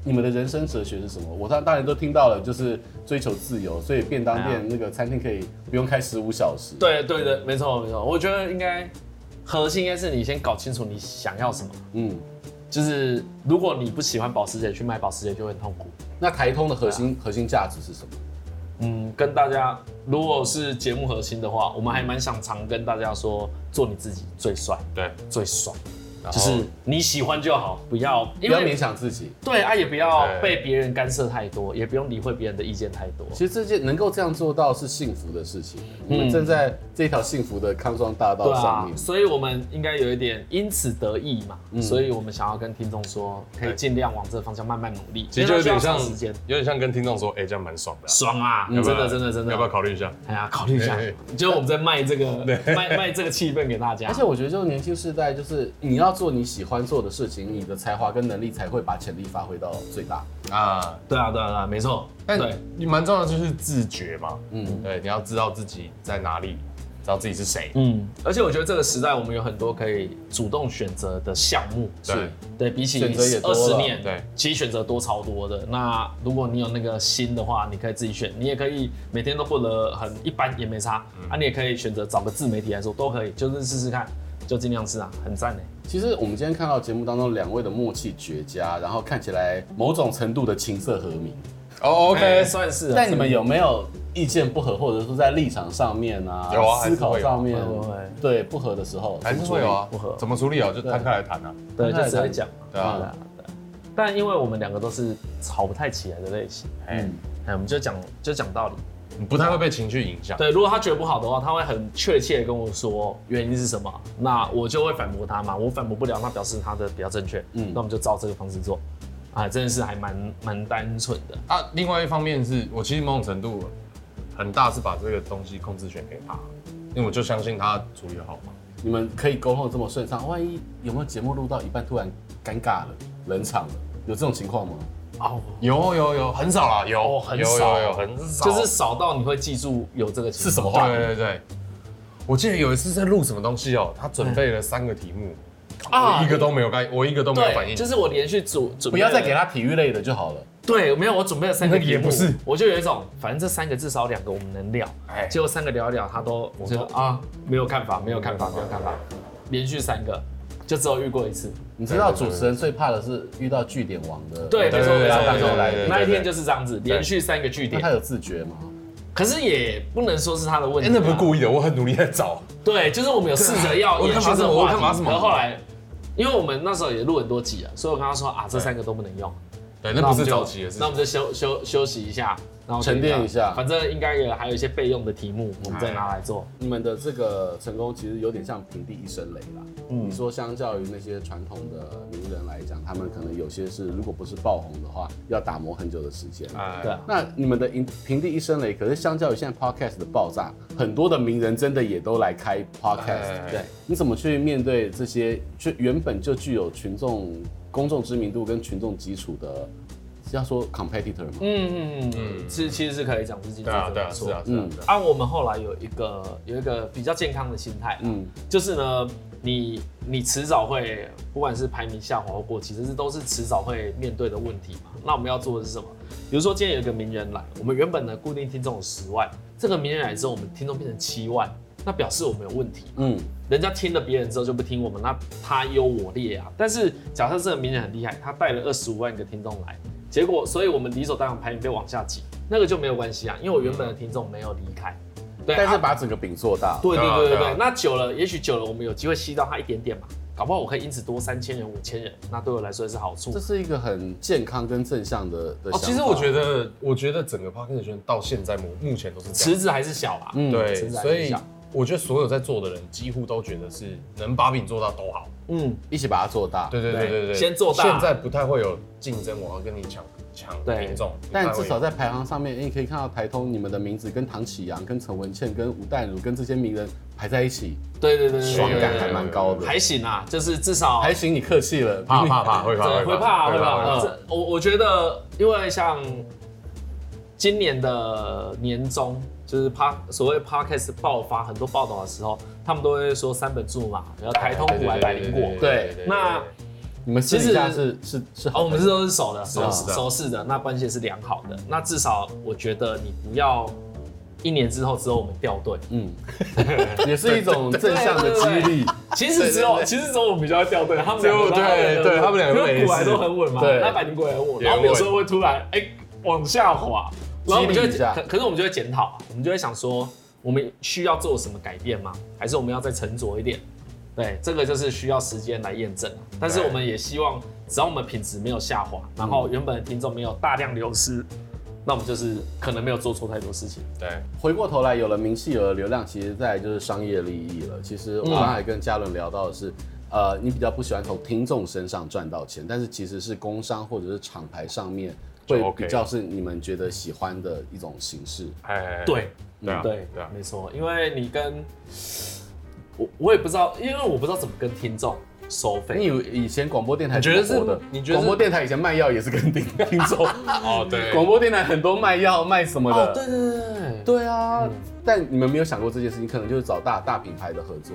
[SPEAKER 1] 你们的人生哲学是什么？我当当然都听到了，就是追求自由，所以便当
[SPEAKER 3] 哎呀
[SPEAKER 1] 店那个餐厅可以不用开十五小时。
[SPEAKER 3] [laughs] 对对对，没错没错，我觉得应该核心应该是你先搞清楚你想要什么。
[SPEAKER 1] 嗯，
[SPEAKER 3] 就是如果你不喜欢保时捷，去卖保时捷就会很痛苦。
[SPEAKER 1] 那台通的核
[SPEAKER 3] 啊
[SPEAKER 1] 心核心价值是什么？
[SPEAKER 3] 嗯，跟大家，如果是节目核心的话，我们还蛮想常跟大家说，做你自己最帅、
[SPEAKER 2] 对，
[SPEAKER 3] 最爽，
[SPEAKER 1] 然
[SPEAKER 3] 就
[SPEAKER 1] 后
[SPEAKER 3] 是你喜欢就好，不要
[SPEAKER 1] 不
[SPEAKER 3] 因
[SPEAKER 1] 要勉
[SPEAKER 3] 为
[SPEAKER 1] 强自己。
[SPEAKER 3] 对啊，也不要
[SPEAKER 2] 对
[SPEAKER 3] 被别人干涉太多，也不用理会别人的意见太多。
[SPEAKER 1] 其实这件能够这样做到是幸福的事情。你们
[SPEAKER 3] 嗯
[SPEAKER 1] 正在这条幸福的康庄大
[SPEAKER 3] 对
[SPEAKER 1] 道上
[SPEAKER 3] 啊嗯
[SPEAKER 1] 面，。
[SPEAKER 3] 所以我们应该有一点因此得意嘛，所以我们想要跟听众说，可以尽量往这个方向慢慢努力，
[SPEAKER 2] 其实就有点
[SPEAKER 3] 因为它需要
[SPEAKER 2] 像
[SPEAKER 3] 长时间，
[SPEAKER 2] 有点像跟听众说，哎，这样蛮爽的啊。
[SPEAKER 3] 爽啊，
[SPEAKER 2] 要
[SPEAKER 3] 真
[SPEAKER 2] 不要
[SPEAKER 3] 的真的真的，
[SPEAKER 2] 要不要考虑一下？
[SPEAKER 3] 哎呀，考虑一下
[SPEAKER 2] 哎，
[SPEAKER 3] 就是我们在卖这
[SPEAKER 1] [laughs]
[SPEAKER 3] 个卖卖这个气氛给大家
[SPEAKER 1] 而。且我觉得，就是年轻世代，就是你要做你喜欢做的事情，你的才华跟能力才会把潜力发挥到最大。
[SPEAKER 2] 啊，
[SPEAKER 3] 对啊，对啊，对啊，没错。
[SPEAKER 2] 但
[SPEAKER 3] 对
[SPEAKER 2] 你蛮重要的就是自觉嘛，
[SPEAKER 1] 嗯
[SPEAKER 2] 嗯，对，你要知道自己在哪里，知道自己是谁。
[SPEAKER 3] 嗯，而且我觉得这个时代我们有很多可以主动选择的项目，
[SPEAKER 2] 对
[SPEAKER 3] 是对比起
[SPEAKER 1] 选择也多
[SPEAKER 3] 二
[SPEAKER 1] 了
[SPEAKER 3] 十年，
[SPEAKER 2] 对，
[SPEAKER 3] 其实选择多超多的。那如果你有那个心的话，你可以自己选，你也可以每天都过得很一般也没差、
[SPEAKER 1] 嗯
[SPEAKER 3] 啊，你也可以选择找个自媒体来说都可以，就是试试看，就尽量试啊，很赞呢。
[SPEAKER 1] 其实我们今天看到节目当中两位的默契绝佳，然后看起来某种程度的琴瑟和鸣。
[SPEAKER 2] 哦
[SPEAKER 3] 哎
[SPEAKER 2] ，OK，
[SPEAKER 3] 算是啊。
[SPEAKER 1] 但你们有没有意见不合，或者说在立场上面啊、
[SPEAKER 2] 有啊还
[SPEAKER 1] 思
[SPEAKER 2] 是会
[SPEAKER 1] 考
[SPEAKER 2] 有
[SPEAKER 1] 上面
[SPEAKER 3] 会会会，
[SPEAKER 1] 对不合的时候，
[SPEAKER 2] 还是会有啊
[SPEAKER 3] 不合，
[SPEAKER 2] 怎么处理啊？就摊开来谈啊，
[SPEAKER 3] 对，就直接讲嘛。
[SPEAKER 2] 对啊，
[SPEAKER 3] 但因为我们两个都是吵不太起来的类型，
[SPEAKER 2] 哎，
[SPEAKER 3] 哎，我们就讲就讲道理。
[SPEAKER 2] 你不太会被情绪影响。
[SPEAKER 3] 对，如果他觉得不好的话，他会很确切的跟我说原因是什么，那我就会反驳他嘛。我反驳不了，那表示他的比较正确，
[SPEAKER 1] 嗯
[SPEAKER 3] 嗯，那我们就照这个方式做，啊，真的是还蛮蛮单纯的，
[SPEAKER 2] 啊，另外一方面是我其实某种程度很大是把这个东西控制权给他，因为我就相信他处理的好嘛。
[SPEAKER 1] 你们可以沟通得这么顺畅，万一有没有节目录到一半突然尴尬了、冷场了，有这种情况吗？
[SPEAKER 3] 哦，
[SPEAKER 2] 有有有，很少啦，有、
[SPEAKER 3] 哦很
[SPEAKER 2] 有
[SPEAKER 3] 少
[SPEAKER 2] 有有很少，
[SPEAKER 3] 就是少到你会记住有这个情
[SPEAKER 1] 是什
[SPEAKER 3] 况
[SPEAKER 1] 么话
[SPEAKER 2] 对对对。我记得有一次在录什么东西哦，他准备了三个题目，我一个都没有该，我一个都没有反应
[SPEAKER 3] 嗯对，。就是我连续准准
[SPEAKER 1] 不
[SPEAKER 3] 备
[SPEAKER 1] 要再
[SPEAKER 3] 了
[SPEAKER 1] 给他体育类的就好了。
[SPEAKER 3] 对，没有，我准备了三个
[SPEAKER 2] 那个也
[SPEAKER 3] 题目
[SPEAKER 2] 不是
[SPEAKER 3] 我就有一种，反正这三个至少两个我们能聊，
[SPEAKER 2] 哎
[SPEAKER 3] 结果三个聊一聊，他都我
[SPEAKER 2] 都
[SPEAKER 3] 说啊，没有看法，没有看法，没有看法，连续三个，就只有遇过一次，
[SPEAKER 1] 你知道主持人最怕的是遇到据点王的，
[SPEAKER 3] 对，没错，
[SPEAKER 2] 对
[SPEAKER 3] 没错，
[SPEAKER 1] 对
[SPEAKER 3] 没错
[SPEAKER 1] 对对对，
[SPEAKER 3] 那一天
[SPEAKER 2] 对
[SPEAKER 3] 就是这样子，连续三个据
[SPEAKER 1] 那
[SPEAKER 3] 点
[SPEAKER 1] 他，有自觉吗？
[SPEAKER 3] 可是也不能说是他的问
[SPEAKER 2] 哎、
[SPEAKER 3] 题
[SPEAKER 2] 那
[SPEAKER 3] 啊，
[SPEAKER 2] 不是故意的，我很努力在找。
[SPEAKER 3] 对，就是我们有试着要
[SPEAKER 2] [laughs] 我
[SPEAKER 3] 延
[SPEAKER 2] 干
[SPEAKER 3] 续
[SPEAKER 2] 嘛
[SPEAKER 3] 这个
[SPEAKER 2] 这么我
[SPEAKER 3] 话
[SPEAKER 2] 干嘛
[SPEAKER 3] 题，
[SPEAKER 2] 这么
[SPEAKER 3] 可后来，因为我们那时候也录很多集了，所以我跟他说啊，这三个都不能用，
[SPEAKER 2] 对，那不是
[SPEAKER 3] 我们就
[SPEAKER 2] 早期的事
[SPEAKER 3] 那我
[SPEAKER 2] 情。
[SPEAKER 3] 们就休休休息一下，然后
[SPEAKER 1] 沉淀一下
[SPEAKER 3] 反正应该也还有一些备用的题目，我们再拿来做。
[SPEAKER 1] 你们的这个成功其实有点像平地一声雷啦。
[SPEAKER 3] 嗯
[SPEAKER 1] 你说，相较于那些传统的名人来讲，他们可能有些是如果不是爆红的话，要打磨很久的时间。
[SPEAKER 2] 哎
[SPEAKER 3] 对啊，
[SPEAKER 1] 那你们的平平地一声雷，可是相较于现在 podcast 的爆炸，很多的名人真的也都来开 podcast，、
[SPEAKER 2] 哎
[SPEAKER 1] 对，你怎么去面对这些就原本就具有群众公众知名度跟群众基础的，是要说 competitor 吗？
[SPEAKER 3] 嗯嗯嗯，是其实是可以讲自己
[SPEAKER 2] 对啊，对啊，是
[SPEAKER 3] 错。
[SPEAKER 2] 啊，是啊，是啊。
[SPEAKER 3] 啊，我们后来有一个有一个比较健康的心态，
[SPEAKER 1] 嗯，
[SPEAKER 3] 就是呢，你你迟早会，不管是排名下滑或过期，这是都是迟早会面对的问题嘛。那我们要做的是什么？比如说今天有一个名人来，我们原本的固定听众有十万，这个名人来之后，我们听众变成七万，那表示我们有问题。
[SPEAKER 1] 嗯，
[SPEAKER 3] 人家听了别人之后就不听我们，那他优我劣啊。但是假设这个名人很厉害，他带了二十五万个听众来，结果所以我们理所当然排名被往下挤，那个就没有关系啊，因为我原本的听众没有离开。对，
[SPEAKER 1] 但
[SPEAKER 3] 啊
[SPEAKER 1] 是把整个饼做大，
[SPEAKER 3] 对对
[SPEAKER 2] 对啊
[SPEAKER 3] 对对
[SPEAKER 2] 对啊
[SPEAKER 3] 对，那久了，也许久了，我们有机会吸到它一点点嘛，搞不好我可以因此多三千人、五千人，那对我来说也是好处
[SPEAKER 1] 这。是一个很健康跟正向的的想法、
[SPEAKER 2] 哦，其实我觉得，我觉得整个 p a r k i n 圈到现在目目前都是这样。
[SPEAKER 3] 池子还是小啊啦，
[SPEAKER 1] 嗯
[SPEAKER 2] 对
[SPEAKER 3] 池，子还
[SPEAKER 2] 所
[SPEAKER 3] 是
[SPEAKER 2] 以
[SPEAKER 3] 小，
[SPEAKER 2] 我觉得所有在做的人几乎都觉得是能把饼做到都好。
[SPEAKER 3] 嗯，
[SPEAKER 1] 一起把它做大，
[SPEAKER 2] 对对
[SPEAKER 3] 对
[SPEAKER 2] 对对对，
[SPEAKER 3] 先做大
[SPEAKER 2] 现在不太会有竞争，我要跟你抢抢
[SPEAKER 3] 对
[SPEAKER 2] 品种，不太
[SPEAKER 1] 但
[SPEAKER 2] 会
[SPEAKER 1] 至
[SPEAKER 2] 有
[SPEAKER 1] 少在排行上面，你可以看到台通你们的名字跟唐启阳、跟陈文茜、跟吴淡如、跟这些名人排在一起，
[SPEAKER 3] 对对对对对，
[SPEAKER 1] 爽感
[SPEAKER 3] 对
[SPEAKER 1] 还蛮高的。
[SPEAKER 3] 还行啊，就是至少
[SPEAKER 1] 还行，你客气了，
[SPEAKER 2] 怕怕怕会怕
[SPEAKER 3] [laughs] 对会怕嗯会怕。
[SPEAKER 2] 会
[SPEAKER 3] 这我我觉得，因为像今年的年终，就是趴所谓 podcast 爆发很多报道的时候，他们都会说三本柱嘛，然后台通、
[SPEAKER 2] 对对
[SPEAKER 3] 古来、
[SPEAKER 2] 对
[SPEAKER 3] 百灵
[SPEAKER 2] 对
[SPEAKER 3] 果。
[SPEAKER 1] 对
[SPEAKER 2] 对对对
[SPEAKER 3] 那
[SPEAKER 1] 你们私底下是是是
[SPEAKER 3] 哦，
[SPEAKER 1] 好
[SPEAKER 3] 我们
[SPEAKER 1] 朋
[SPEAKER 3] 是
[SPEAKER 1] 友，
[SPEAKER 3] 都是熟的，熟
[SPEAKER 2] 是的啊
[SPEAKER 3] 熟识的，那关系是良好的。那至少我觉得你不要一年之后只有我们掉队。
[SPEAKER 1] 嗯，也是一种正向的激励。
[SPEAKER 3] 其实只有，其实只有我们比较掉队，他们两个都
[SPEAKER 2] 对
[SPEAKER 3] 很稳
[SPEAKER 2] 对他们两个都
[SPEAKER 3] 因为古来
[SPEAKER 2] 没事
[SPEAKER 3] 都很稳嘛，
[SPEAKER 1] 对
[SPEAKER 3] 那百灵果也很稳，
[SPEAKER 2] 也很稳
[SPEAKER 3] 然后我们有时候会突然哎往下滑，然后我们就会
[SPEAKER 1] 激励一下
[SPEAKER 3] 可可是我们就会检讨啊，我们就会想说，我们需要做什么改变吗？还是我们要再沉着一点？对，这个就是需要时间来验证啊。但是
[SPEAKER 2] 对
[SPEAKER 3] 我们也希望，只要我们品质没有下滑，然
[SPEAKER 2] 嗯
[SPEAKER 3] 后原本的听众没有大量流失，那我们就是可能没有做错太多事情。
[SPEAKER 2] 对
[SPEAKER 1] 回过头来，有了名气，有了流量，其实再来就是商业利益了。其实我刚才跟嘉伦聊到的是，呃，你比较不喜欢从听众身上赚到钱，但是其实是工商或者是厂牌上面会
[SPEAKER 2] 就 OK
[SPEAKER 1] 比较是你们觉得喜欢的一种形式。
[SPEAKER 2] 哎哎，哎
[SPEAKER 3] 对，
[SPEAKER 2] 对啊
[SPEAKER 3] 对
[SPEAKER 2] 对啊，
[SPEAKER 3] 没错，因为你跟我我也不知道，因为我不知道怎么跟听众收费。
[SPEAKER 1] 你以为以前广播电台
[SPEAKER 3] 你觉得
[SPEAKER 1] 怎么
[SPEAKER 3] 是
[SPEAKER 1] 活的？
[SPEAKER 3] 你觉得
[SPEAKER 1] 广
[SPEAKER 3] 是
[SPEAKER 1] 播电台以前卖药也是跟听听众，
[SPEAKER 2] 哦，
[SPEAKER 1] [laughs]
[SPEAKER 2] 对，
[SPEAKER 1] 广播电台很多卖药卖什么的。
[SPEAKER 3] 哦，对对对对对，
[SPEAKER 1] 对啊，但你们没有想过这件事情，可能就是找大大品牌的合作。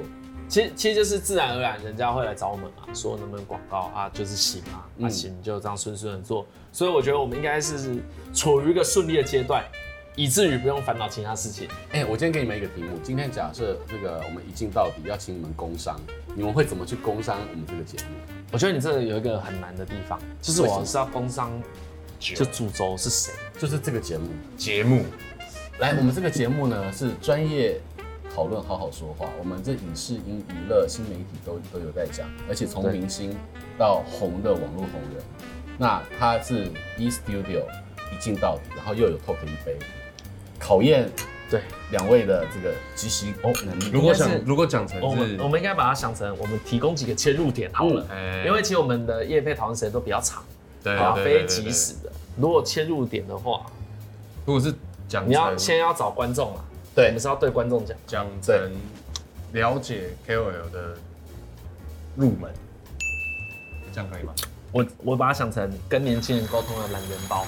[SPEAKER 3] 其实其实就是自然而然，人家会来找我们嘛，说能不能广告啊，就是行啊，那、
[SPEAKER 1] 嗯
[SPEAKER 3] 行就这样顺顺的做。所以我觉得我们应该是处于一个顺利的阶段，以至于不用烦恼其他事情。
[SPEAKER 1] 哎、我今天给你们一个题目，今天假设这个我们一镜到底要请你们工商，你们会怎么去工商我们这个节目？
[SPEAKER 3] 我觉得你这个有一个很难的地方，就是
[SPEAKER 1] 为什
[SPEAKER 3] 我
[SPEAKER 1] 么
[SPEAKER 3] 是要工商，就主轴是谁？
[SPEAKER 1] 就是这个节目，
[SPEAKER 2] 节目
[SPEAKER 1] 来，我们这个节目呢是专业讨论，好好说话。我们这影视、音、娱乐、新媒体都都有在讲，而且从
[SPEAKER 4] 对
[SPEAKER 1] 明星到红的网络红人，那他是 E Studio 一镜到底，然后又有 Top 一杯，考验
[SPEAKER 3] 对，
[SPEAKER 1] 两位的这个即席哦能力。
[SPEAKER 2] 如果想
[SPEAKER 3] 应该是
[SPEAKER 2] 如果讲成
[SPEAKER 3] 我们
[SPEAKER 1] 嗯
[SPEAKER 2] 是
[SPEAKER 3] 我，们应该把它想成我们提供几个切入点好了，
[SPEAKER 2] 哎
[SPEAKER 3] 因为其实我们的业配讨论时间都比较长，
[SPEAKER 2] 对
[SPEAKER 3] 啊，
[SPEAKER 2] 对
[SPEAKER 3] 非
[SPEAKER 2] 对
[SPEAKER 3] 即
[SPEAKER 2] 对
[SPEAKER 3] 时的。如果切入点的话，
[SPEAKER 2] 如果是讲
[SPEAKER 3] 你要
[SPEAKER 2] 成
[SPEAKER 3] 先要找观众嘛，啊我
[SPEAKER 1] 对
[SPEAKER 3] 们是要对观众讲。
[SPEAKER 2] 讲成了解 KOL 的入门，这样可以吗？
[SPEAKER 3] 我我把它想成跟年轻人沟通的懒人包，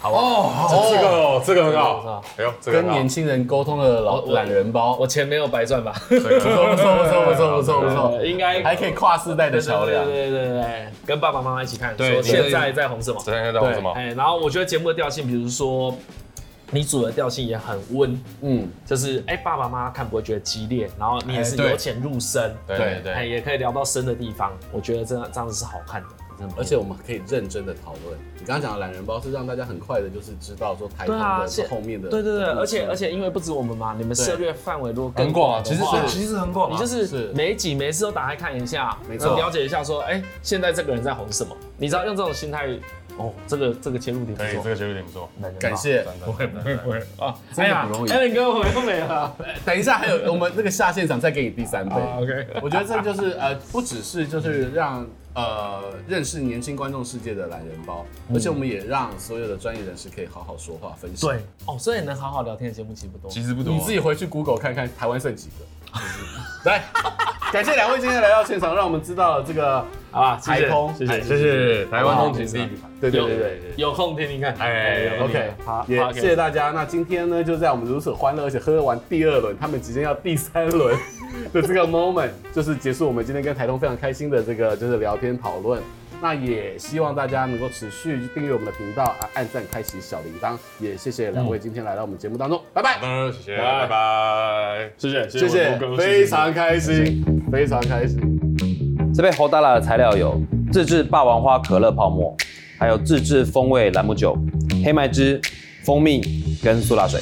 [SPEAKER 3] 好不好？
[SPEAKER 2] 哦，这个哦，这个很
[SPEAKER 3] 这个很好
[SPEAKER 2] 好，哎呦，这个
[SPEAKER 1] 跟
[SPEAKER 2] 很好
[SPEAKER 1] 年轻人沟通的老
[SPEAKER 3] 我我
[SPEAKER 1] 懒人 [laughs] 包，
[SPEAKER 3] 我钱没有白赚吧？
[SPEAKER 2] 这个很好
[SPEAKER 1] 不错不错不错不错不错，
[SPEAKER 3] [laughs] 应该
[SPEAKER 1] 哦还可以跨世代的
[SPEAKER 3] 对
[SPEAKER 1] 桥
[SPEAKER 3] 对
[SPEAKER 1] 梁。
[SPEAKER 3] 对对对，跟爸爸妈妈一起看，
[SPEAKER 2] 对
[SPEAKER 3] 说
[SPEAKER 2] 你这
[SPEAKER 3] 现在在红什么？
[SPEAKER 2] 这样在红什么？
[SPEAKER 3] 哎，然后我觉得节目的调性，比如说你组的调性也很温，
[SPEAKER 1] 嗯，
[SPEAKER 3] 就是哎、爸爸妈妈看不会觉得激烈，然后你也是
[SPEAKER 2] 哎对
[SPEAKER 3] 由浅入深，
[SPEAKER 2] 对
[SPEAKER 1] 对
[SPEAKER 2] 对
[SPEAKER 3] 哎、
[SPEAKER 2] 对，
[SPEAKER 3] 也可以聊到深的地方，我觉得这样这样子是好看的，真的
[SPEAKER 1] 而且我们可以认真的讨论。你刚刚讲的懒人包是让大家很快的，就是知道说台
[SPEAKER 3] 对啊
[SPEAKER 1] 风
[SPEAKER 3] 而
[SPEAKER 1] 的
[SPEAKER 3] 且
[SPEAKER 1] 是后面的。
[SPEAKER 3] 对对对，
[SPEAKER 1] 的故事
[SPEAKER 3] 而且而且因为不止我们嘛，你们涉猎范围如果更
[SPEAKER 2] 很广啊，
[SPEAKER 3] 的
[SPEAKER 2] 其实
[SPEAKER 3] 话
[SPEAKER 2] 是其实很广啊，
[SPEAKER 3] 你就是
[SPEAKER 1] 是
[SPEAKER 3] 每一集每一次都打开看一下，
[SPEAKER 1] 没错
[SPEAKER 3] 了解一下说，哎、现在这个人在红什么？你知道用这种心态，哦，这个这个切入点不
[SPEAKER 2] 可以，这
[SPEAKER 3] 错，
[SPEAKER 2] 个就有点不错。
[SPEAKER 1] 感谢。
[SPEAKER 2] 不会不会不会，
[SPEAKER 3] 啊，
[SPEAKER 1] 真的不容易
[SPEAKER 3] 哎呀，你哥回都没了
[SPEAKER 1] 等一下还有我们那个下现场再给你第三杯。
[SPEAKER 3] ，OK，
[SPEAKER 1] [laughs] 我觉得这就是呃，不只是就是让呃认识年轻观众世界的懒人包，而且我们也让所有的专业人士可以好好说话分析。
[SPEAKER 3] 对，哦，所以能好好聊天的节目其实不多，
[SPEAKER 2] 其实不多，
[SPEAKER 1] 你自己回去 Google 看看台湾剩几个。 [laughs] 来，感谢两位今天来到现场，让我们知道了这个
[SPEAKER 3] 好吧，谢
[SPEAKER 1] 台
[SPEAKER 3] 谢
[SPEAKER 1] 风，
[SPEAKER 2] 谢谢谢台湾通勤第一品牌，
[SPEAKER 1] 对对
[SPEAKER 3] 有
[SPEAKER 1] 对对。
[SPEAKER 3] 有空听听看，
[SPEAKER 2] 哎
[SPEAKER 3] 有空听听
[SPEAKER 1] OK，
[SPEAKER 3] 看
[SPEAKER 1] 好，
[SPEAKER 3] 好，
[SPEAKER 1] 也
[SPEAKER 3] 好
[SPEAKER 1] 谢谢大家。那今天呢，就在我们如此欢乐，而且喝完第二轮，他们即将要第三轮的这个 moment，就是结束我们今天跟台东非常开心的这个就是聊天讨论。那也希望大家能够持续订阅我们的频道啊，按赞开启小铃铛。也谢谢两位今天来到我们节目当中，拜拜。
[SPEAKER 2] 当然谢谢，拜拜。
[SPEAKER 3] 谢谢，
[SPEAKER 1] 谢谢，非常开心，非常开心。
[SPEAKER 4] 这杯侯达拉的材料有自制霸王花可乐泡沫，还有自制风味兰姆酒、黑麦汁、蜂蜜跟苏打水。